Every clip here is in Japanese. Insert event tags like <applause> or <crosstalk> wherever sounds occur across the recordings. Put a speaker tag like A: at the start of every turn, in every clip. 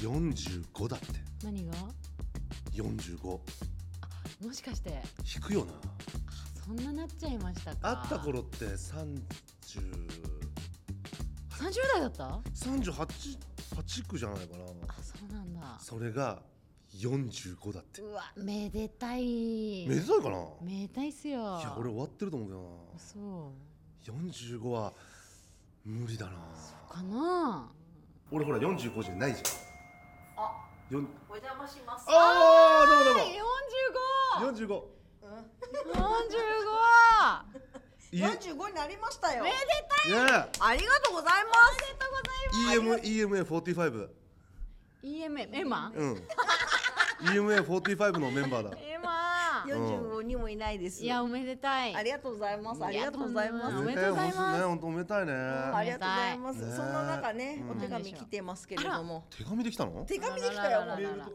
A: 45だって
B: 何が
A: 45
B: もしかして
A: 引くよな
B: そんななっちゃいました
A: 会
B: か
A: った頃って3038
B: 30代だったあ
A: 8区じゃないかな
B: そうなんだ
A: それが45だって
B: うわめでたい
A: めでたいかな
B: めでたいっすよ
A: いや俺終わってると思う
B: そ
A: けどな45は無理だな
B: うかな
A: 俺ほら45じゃないじ
C: あ、
A: ゃんよん
C: お邪魔します。
A: ああどうもどうも
B: 45
A: 45
B: 45!
A: い
C: 四十五になりましたよ。
A: ね
C: ありがとうございま
A: EM EMA45
B: EMA エマ
A: うん EMA45 のメンバーだ
B: エマ
C: す。四十五にもいないです。
B: いやおめでたい
C: ありがとうございます。
B: いや
C: ありがとうござい
B: とんでも
C: ま
B: な
C: す。
B: いおめでとうございます
A: 本当ね本当おめでたいね
C: ありがとうございます。
A: ねえ
C: そんな中ね、
A: うん
C: お手紙来てますけれども。
A: 手紙できたの
C: 手紙できたよ。
B: あららららら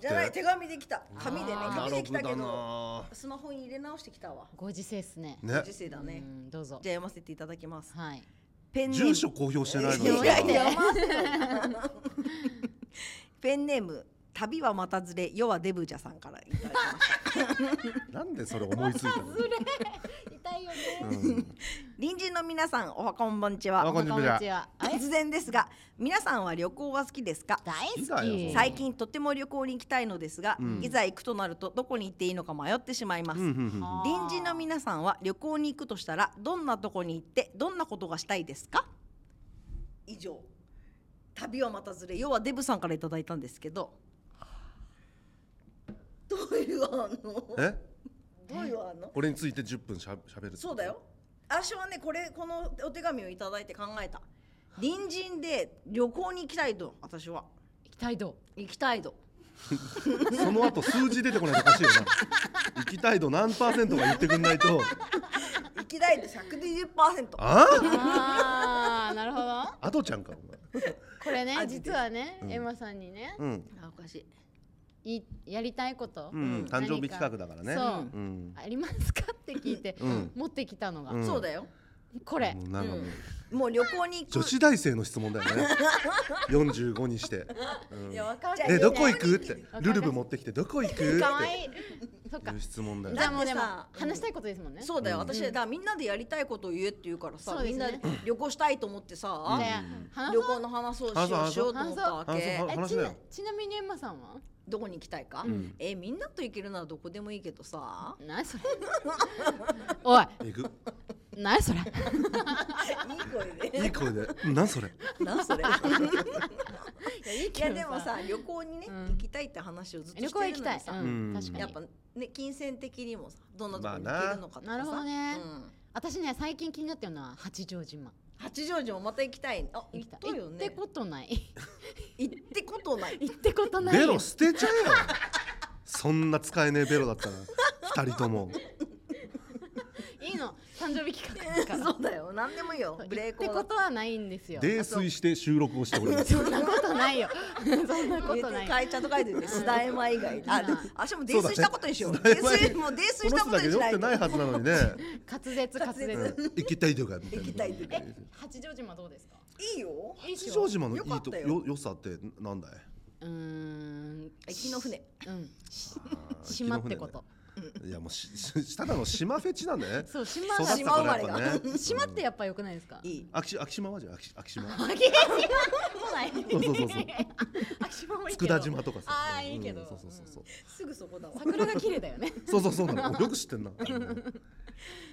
C: じゃない、手紙できた。紙でね、
B: あー
C: 紙できたけ
A: なる
C: ど、
A: ほ
C: スマホに入れ直してきたわ。
B: ご時世っすね
A: どだな
C: 時
A: ね
C: 世だ
B: う
C: ね。
B: んどうぞ
C: じゃあ読ませていただきます。
B: はい
C: ペンネーム
A: 住所公表してないのに
C: いやいや
B: 読ませろ
C: ペンネーム旅はまたずれ、世はデブジャさんからいただきました。
A: なんでそれ思いついたの
B: 痛いよね
A: うん
C: 隣人の皆さん、おはこんばんちは
A: あ。こんにちは
B: はあれ
C: 突然ですが皆さんは旅行は好きですか
B: 大
A: いいだ
B: 好
A: よ
B: き
C: 最近とても旅行に行きたいのですが、
A: うん
C: いざ行くとなるとどこに行っていいのか迷ってしまいます、
A: うんうんうん
B: は
C: 隣人の皆さんは旅行に行くとしたらどんなとこに行ってどんなことがしたいですか以上旅はまたずれ要はデブさんからいただいたんですけどどういう反応
A: え
C: どういう反応
A: 俺について10分しゃしゃべる
C: そうだよ私はねこれこのお手紙をいただいて考えた隣人で旅行に行きたいと私は
B: 行きたいど
C: 行きたいと
A: その後数字出てこないとおか
C: <laughs>
A: しいよな行きたい度何パーセントが言ってくんないと
C: 行きたいと120%
A: あ
B: ああなるほど
A: あとちゃんかお
B: これね
C: 味です
B: 実はね、
A: うん
B: エマさんにね
A: 前うん
C: あおかしい
B: いやりたいこと、
A: うん、
C: うん
A: 誕生日企画だからね
B: そう
A: うん
B: ありますかって聞いて、
A: うん
B: 持ってきたのが、
A: うん
C: そうだよ
B: これ
A: もうなんかもう、
C: もう旅行に行
A: 女
C: く
A: 子大生の質問だ
C: <laughs>
A: よね45にして、うん
C: いやわかんない
A: でどこ
C: 行
A: 行くってルルブ持ってきてどこ行くって
B: かわいいそっか
A: いう質問だよ
B: じゃあ
A: ね
B: もうでも
C: だってさ
B: 話したいことですもんね
C: そうだよ
A: うん
C: 私だからみんなでやりたいことを言えって言うからさ、
B: そうで
C: み
B: す
C: ん
B: ね
C: なで旅行したいと思って
A: うん
C: さ
B: じ、ゃあ話
C: 旅
B: そう
C: 行の話をしよう
A: 話
C: し
A: そう
C: ようと思ったわけ
A: 話そう
B: えちな
A: だよ
B: ちなみにエマさんは
C: どこに行きたいか、
A: うん
C: えみんなと行けるならどこでもいいけどさ
B: なにそれ <laughs> おい
A: 行く
B: なにそれ
C: いい声
A: いい
C: で
A: 声でなんそれ
C: なんそれい
B: いいけど
C: やでもさ旅行にね、
B: うん
C: 行きたいって話をずっと
B: 旅
C: し
B: 行
C: て
B: 行
C: る
B: き
C: の
B: た
C: に
B: い、
C: さ、
B: うん、
A: うん
B: 確かに
C: やっぱね金銭的にもさどんなとこに
A: まあ
C: 行
A: な
C: けるのかとかさ、
B: なるほどね
C: うん
B: 私ね最近気になってるのは八丈島
C: 八丈島また行きたいあ
B: 行
C: 行
B: き
C: ったたよ
B: 行っ
C: ね
B: てことない
C: 行ってことない
B: 行ってことない
A: ベロ
B: よ
A: 捨てちゃえよそんな使えねえベロだったら2人とも
B: いいの誕生日企画だから
C: そうだよ何でもいいよブレーコー
B: ってこ
C: だ
B: とはないんですよ。
A: 泥酔して収録をしております
B: そんなことないよ。そんなこ
C: 入れ
B: と
C: て
B: ない。
C: 会社と書いてて須田エマ以外
B: う
C: あ
B: ん
C: でもあしも泥酔したことにしよう
A: そう
C: 泥
A: だね
C: 酔もう泥
A: こ
C: 酔し
A: の
C: た
A: 人
C: こ
A: だ
C: と
A: け
C: にし
A: 酔っ
C: ない
A: て
C: と
A: ないはずなのにね、
B: 滑舌滑
C: 滑舌
A: うん
B: 舌。、
A: 行きたいとかみたいな
C: 行きたいとか
B: え八丈島どうですか。
C: いいよ
B: いいっす
A: 八
B: よ
A: 丈島のいい
C: よかっ
A: とこ
C: たよ
A: よ良さってなんだいう
B: ーん。
C: 行きの船
B: うん。島ってこと。
A: いやもうしししただの島フェチなんだね
B: そう島
A: 育
B: が
A: ったから
C: 島
A: やっぱね
B: 島ってやっぱ良くないですか。
C: いい
A: あき昭島はじゃあ昭昭
C: <laughs>
A: 島
B: 秋島もない。
A: そうそうそうそう
B: 秋島もいいけど。
A: 佃島とかさ
B: あーいいけど
A: うんそうそうそうそう
C: すぐそこだわ
B: 桜が綺麗だよね。
A: そうそうそうな
B: <laughs>
A: のよく知ってんな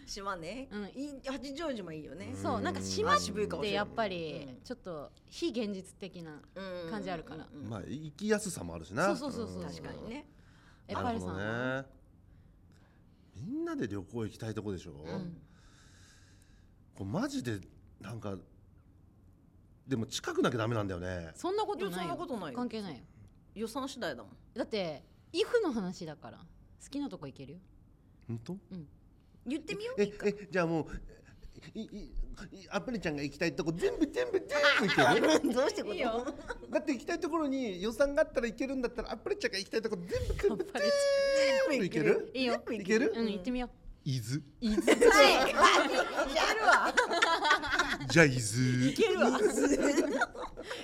C: 島ね
B: うん
C: いい八丈島いいよね
A: ん
B: そうなんか島っ
A: 渋いかも
B: てやっぱり
C: うん
B: ちょっと非現実的な。
C: うん
B: 感じあるから
C: うん
A: まあ行きやすさもあるしな
B: そうそうそうそうん
C: 確かにね
B: えパルさんは。
A: なるほどねみんなで旅行行きたいとこでしょ、
B: うん
A: こうマジでなんかでも近くなきゃダメなんだよね
B: そんなことない
C: いやそ
B: よ
C: んなことない。よ
B: 関係ないよ。
C: 予算次第だもん
B: だってイフの話だから好きなとこ行けるよ
A: 本当
C: 言ってみよう
A: ええじゃあもういいいアプリちゃんが行きたいとこ全部全部全部行ける
B: <laughs>
C: どうしてこ
B: いいよ
C: と
A: だって行きたいところに予算があったら行けるんだったらアプリちゃんが行きたいとこ全部
B: <laughs>
A: 全部全部行ける
B: いいよ
A: 行ける
B: うん行ってみよう
A: 伊豆
B: 伊豆
C: やるわ
A: じゃあ伊豆
C: けるわ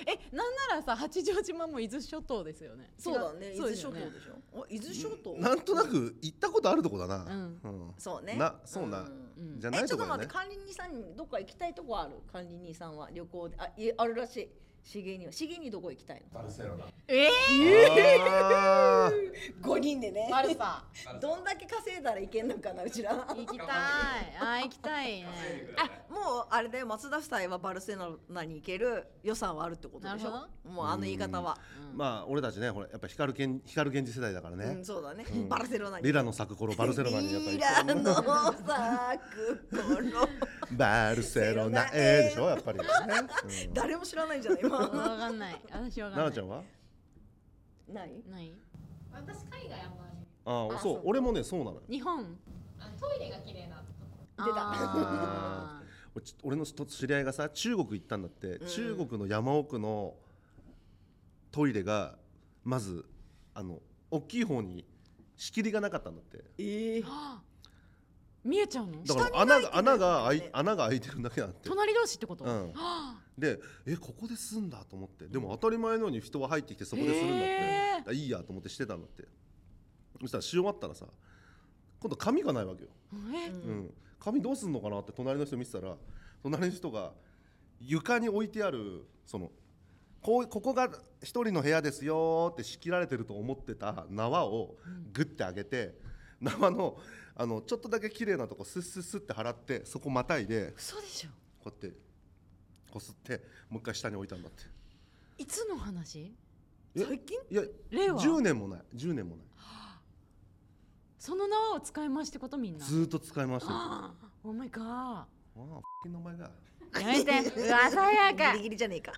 B: えなんならさ八丈島も伊豆諸島ですよね
C: そうだね
B: 違
C: 伊豆
B: そ
C: 諸
B: う
C: 島
B: ですよ
C: でしょお伊豆諸島
A: なんとなく行ったことあるとこだな、
B: うん
A: うん
C: そうね
A: なそうな、
C: ん
B: うん
A: じゃない
C: えちょ
A: と
C: っ
A: ことだ
C: 待
A: ね
C: って管理人さんにどっか行きたいとこある管理人さんは旅行であいあるらしい茂には茂にどこ行きたいの
D: バルセロナ。
B: え
A: あー
C: 5人でね
B: ー、
C: <laughs>
B: バルサ
C: どんだけ稼いだらいけんのかなうちら <laughs> も
B: 行きたいあー行きたいね
D: 稼いでくださいう
C: あれだよ松田夫妻はバルセロナに行ける予算はあるってことでし
B: なる
C: ょもうあの言い方は
A: まあ俺たちねほらやっぱ光源光源氏世代だから
C: う
A: ね、
C: んそうだね
A: うん
C: バルセロナに
A: リラの咲く頃バルセロナにやっぱり
C: リラの咲
A: <laughs>
C: く頃
A: バルセロナえーでしょやっぱりね、うん
C: 誰も知らないんじゃない
B: わ
C: 今
B: かんない私わかんない
A: 奈々ちゃんは
C: <laughs> ない
B: ない
E: 私海外あんまり
A: ああ
B: あ
A: そう
B: そう
A: 俺もねそうなのよ
B: 日本
E: あトイレが綺麗なとこ
A: <laughs>
C: た
B: あー
A: 俺ち俺の一つ知り合いがさ中国行ったんだって、
C: ん
A: 中国の山奥のトイレがまずあの大きい方に仕切りがなかったんだって
C: ええ
B: はあ見えちゃうの
A: だから
C: 下にない
A: 穴
C: って
A: が穴が
C: こ
A: 開
C: とだよ
A: い
C: ね
A: 穴が開いてるだけなんて
B: 隣同士ってこと、
A: うん
B: は
A: でえここで住んだと思ってでも当たり前のように人は入ってきてそこでするんだって、
B: へー
A: だいいやと思ってしてたんだってそしたらし終わったらさ今度紙がないわけよ、
B: あえ
A: うん紙どうすんのかなって隣の人見てたら隣の人が床に置いてあるそのこうここが一人の部屋ですよーって仕切られてると思ってた縄をグッて上げて、縄のあのちょっとだけ綺麗なとこスッスッスッって払ってそこまたいで
B: 嘘でしょ
A: こうやってこすってもう一回下に置いたんだって
B: いつの話
A: え
C: 最近
A: いや
B: 令和
A: 10年もない10年もない
B: その縄を使いましてことみんな
A: ずーっと使い回してるあ
B: あーオーマイガ
A: あ f***ing 名前が
B: ーやめて
C: <laughs>
B: うわ鮮や
C: ギ
B: か
C: リギリじゃねえか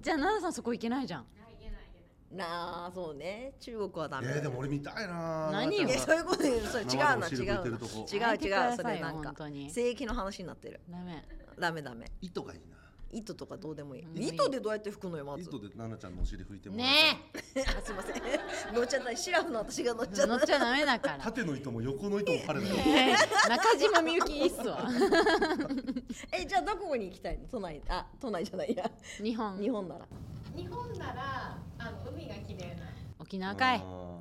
B: じゃあ奈々さんそこ行けないじゃん
E: あいけないいけない
C: なあそうね中国はダメ
A: えー、でも俺見たいなー
B: 何よ
C: いやそういうこと言うそれ違うな
A: 生でお
C: 違
A: 汁
C: う
A: 拭いてるとこ
C: な違う
B: やめてくだ
C: 違う
B: さ
C: そ
B: い
C: れな
B: 本
C: ん
B: 当
C: か
B: に
C: 正規の話になってる
B: ダメ
C: ダメダメ
A: 糸がいいな
C: 糸とかどうでもいい
B: うん
C: 糸でどうやって拭くのよまず
A: 糸で奈々ちゃんのお尻拭いてもら
B: ね
A: い
B: え
C: あすいません <laughs> 乗っちゃったシラフの私が乗っちゃっ
B: 乗ったちゃダメだか
A: たい
B: <laughs> ら
A: 縦の糸も横の糸も彼だよ
B: えー中島みゆきいいっすわ
C: えじゃあどこに行きたいの都内あ都内じゃないや
B: 日本
C: 日本なら
E: 日本ならあの海が綺麗な
B: 沖縄かい
A: あ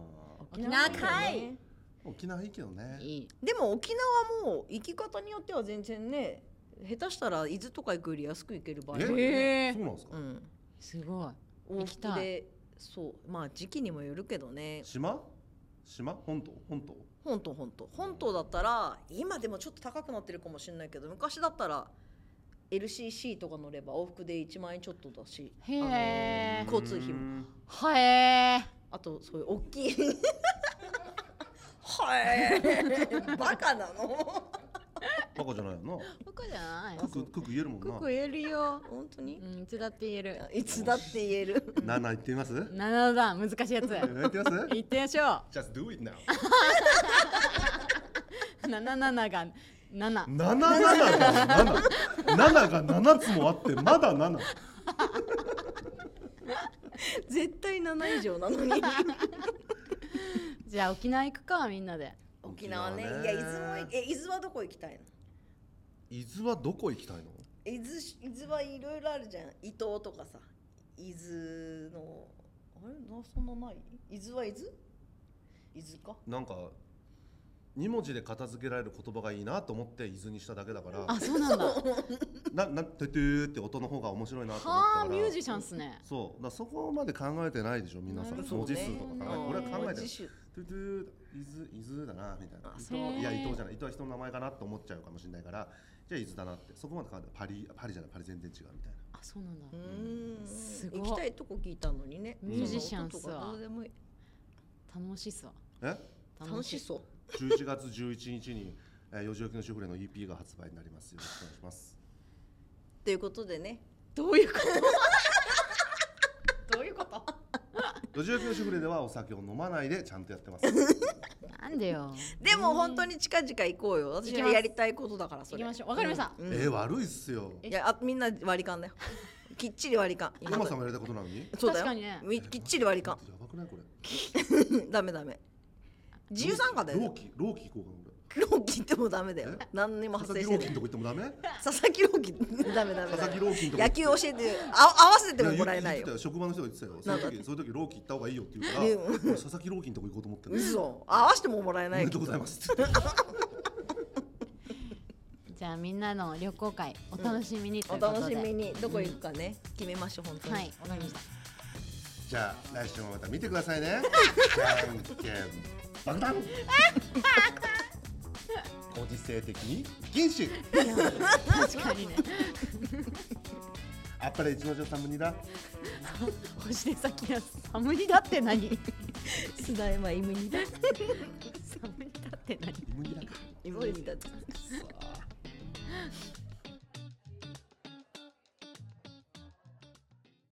B: 沖縄
C: 長
B: かい
C: い
A: ー沖縄いいけどね
B: いい
C: でも沖縄も行き方によっては全然ね下手したら伊豆とか行くより安く行ける場合もあるね
B: へえ
A: そうなんですか
C: うん
B: すごい
C: 往
B: 行きたい
C: 復でそうまあ時期にもよるけどね
A: 島島本島本島
C: 本島本島本島だったら今でもちょっと高くなってるかもしれないけど昔だったら LCC とか乗れば往復で1万円ちょっとだし
B: へえ
C: あの交通費も
A: も
B: はえ
C: あとそういう大き <laughs> いはいバカなの
A: バカじゃないよな
B: 僕じゃない
A: クククク言えるも
B: クコ
A: ん
B: 言えるよ
C: 本当
B: う
C: に
B: んいつだって言える
C: いつだって言える
A: な奈々言ってみ
B: <laughs>
A: ます
B: 7段難しいや <laughs> つ
A: 言ってみます
B: 言ってみましょ
A: Just do it now
B: う77が7
A: 七七が七七が七つもあってまだ七
C: 絶対7以上なのに
B: じゃあ沖縄行くかみんなで
C: <laughs> 沖縄ね
A: 沖縄ね
C: いや伊豆もいえ伊豆はどこ行きたいの
A: 伊豆はどこ行きたいの
C: 伊豆し伊豆はいろいろあるじゃん伊東とかさ伊豆のあれなそんなない伊豆は伊豆伊豆か
A: なんか二文字で片付けられる言葉がいいなと思って伊豆にしただけだから
B: あそうなんだ
A: ななトゥトゥーって音の方が面白いなと思ったから
B: はあミュージシャンっすね
A: そうだからそこまで考えてないでしょ皆さん
B: なる
A: 文
B: ほ
A: 字
B: どね
A: 数とか考えて俺は考えて
C: る
A: るトゥトゥー伊豆伊豆だなみたいな
C: あそう
A: いや
B: へー
A: 伊藤じゃない伊藤は人の名前かなと思っちゃうかもしれないからじゃあ伊豆だなってそこまで考えてパリパリじゃないパリ全然違うみたいな
B: あそうなんだ
C: うーん
B: すごい
C: 行きたいとこ聞いたのにね
B: ミュージシャンっすわ
C: その音とかどうでもいい
B: 楽しいっすわ
A: え
C: 楽しそう
A: 11月11日に、えー、四時起きのシュフレの EP が発売になります。よろしくお願いします。
C: ということでね
B: どういうことどういうこと
A: 四時起きのシュフレではお酒を飲まないでちゃんとやってます。
B: なんで <laughs> よ
C: でも本当に近々行こうよ私
B: 行き
C: が
B: ます
C: やりたいことだから
B: 行
C: それ
B: きましょうわかりました
C: うん
A: えー、悪いっすよ。
C: いやあみんな割り
A: <laughs>
C: 勘だよきっちり割り勘
A: 山さんがやりたいことなのに。
C: そうだ
B: 確
C: よ
B: かにね
C: みきっちり割り
A: や
C: 勘
A: ばくないこれ。
C: ダメダメ自由参加だよ
A: ローキ、ローキ行こうかな
C: 朗希ってもダメだよ
A: え。
C: 何にも
A: 佐
C: 発
A: 々
C: 生
A: 木朗希
C: してない
A: の。とこ行ってもダメ
C: <laughs> 佐々木朗希ダメダメ
A: 佐
C: ダ
A: 々木
C: メ。
A: 朗希のとこ
C: 野球教えてあ合わせても
A: いや
C: もらえないよ
A: 言。ってた職場の人が言ってたよそ
C: な
A: うん
C: か
A: いう時そういう時朗希行った方がいいよって言うか
C: ね
A: ら俺佐々木朗希のとこ行こうと思ってる
C: 嘘。合わせてももらえ
A: お
C: な
A: め
C: い
A: でとう。ございますって
B: じゃあみんなの旅行会お楽しみにと
C: お
B: いうことで、
C: 楽しみにどこ行くかね決めましょう本当に。
B: はいわかりました
A: じゃあ来週もまた見てくださいねじゃんけん爆弾ご時世的に禁止
B: 確かにね
A: あっぱれ一之丞さんもにだ
B: <laughs> 星出先や寒いだって何 <laughs> 寒
C: 須田山イムニ
B: <laughs> い
C: だ。
B: だって何
A: 無理だか
C: イムニだって。
A: らさ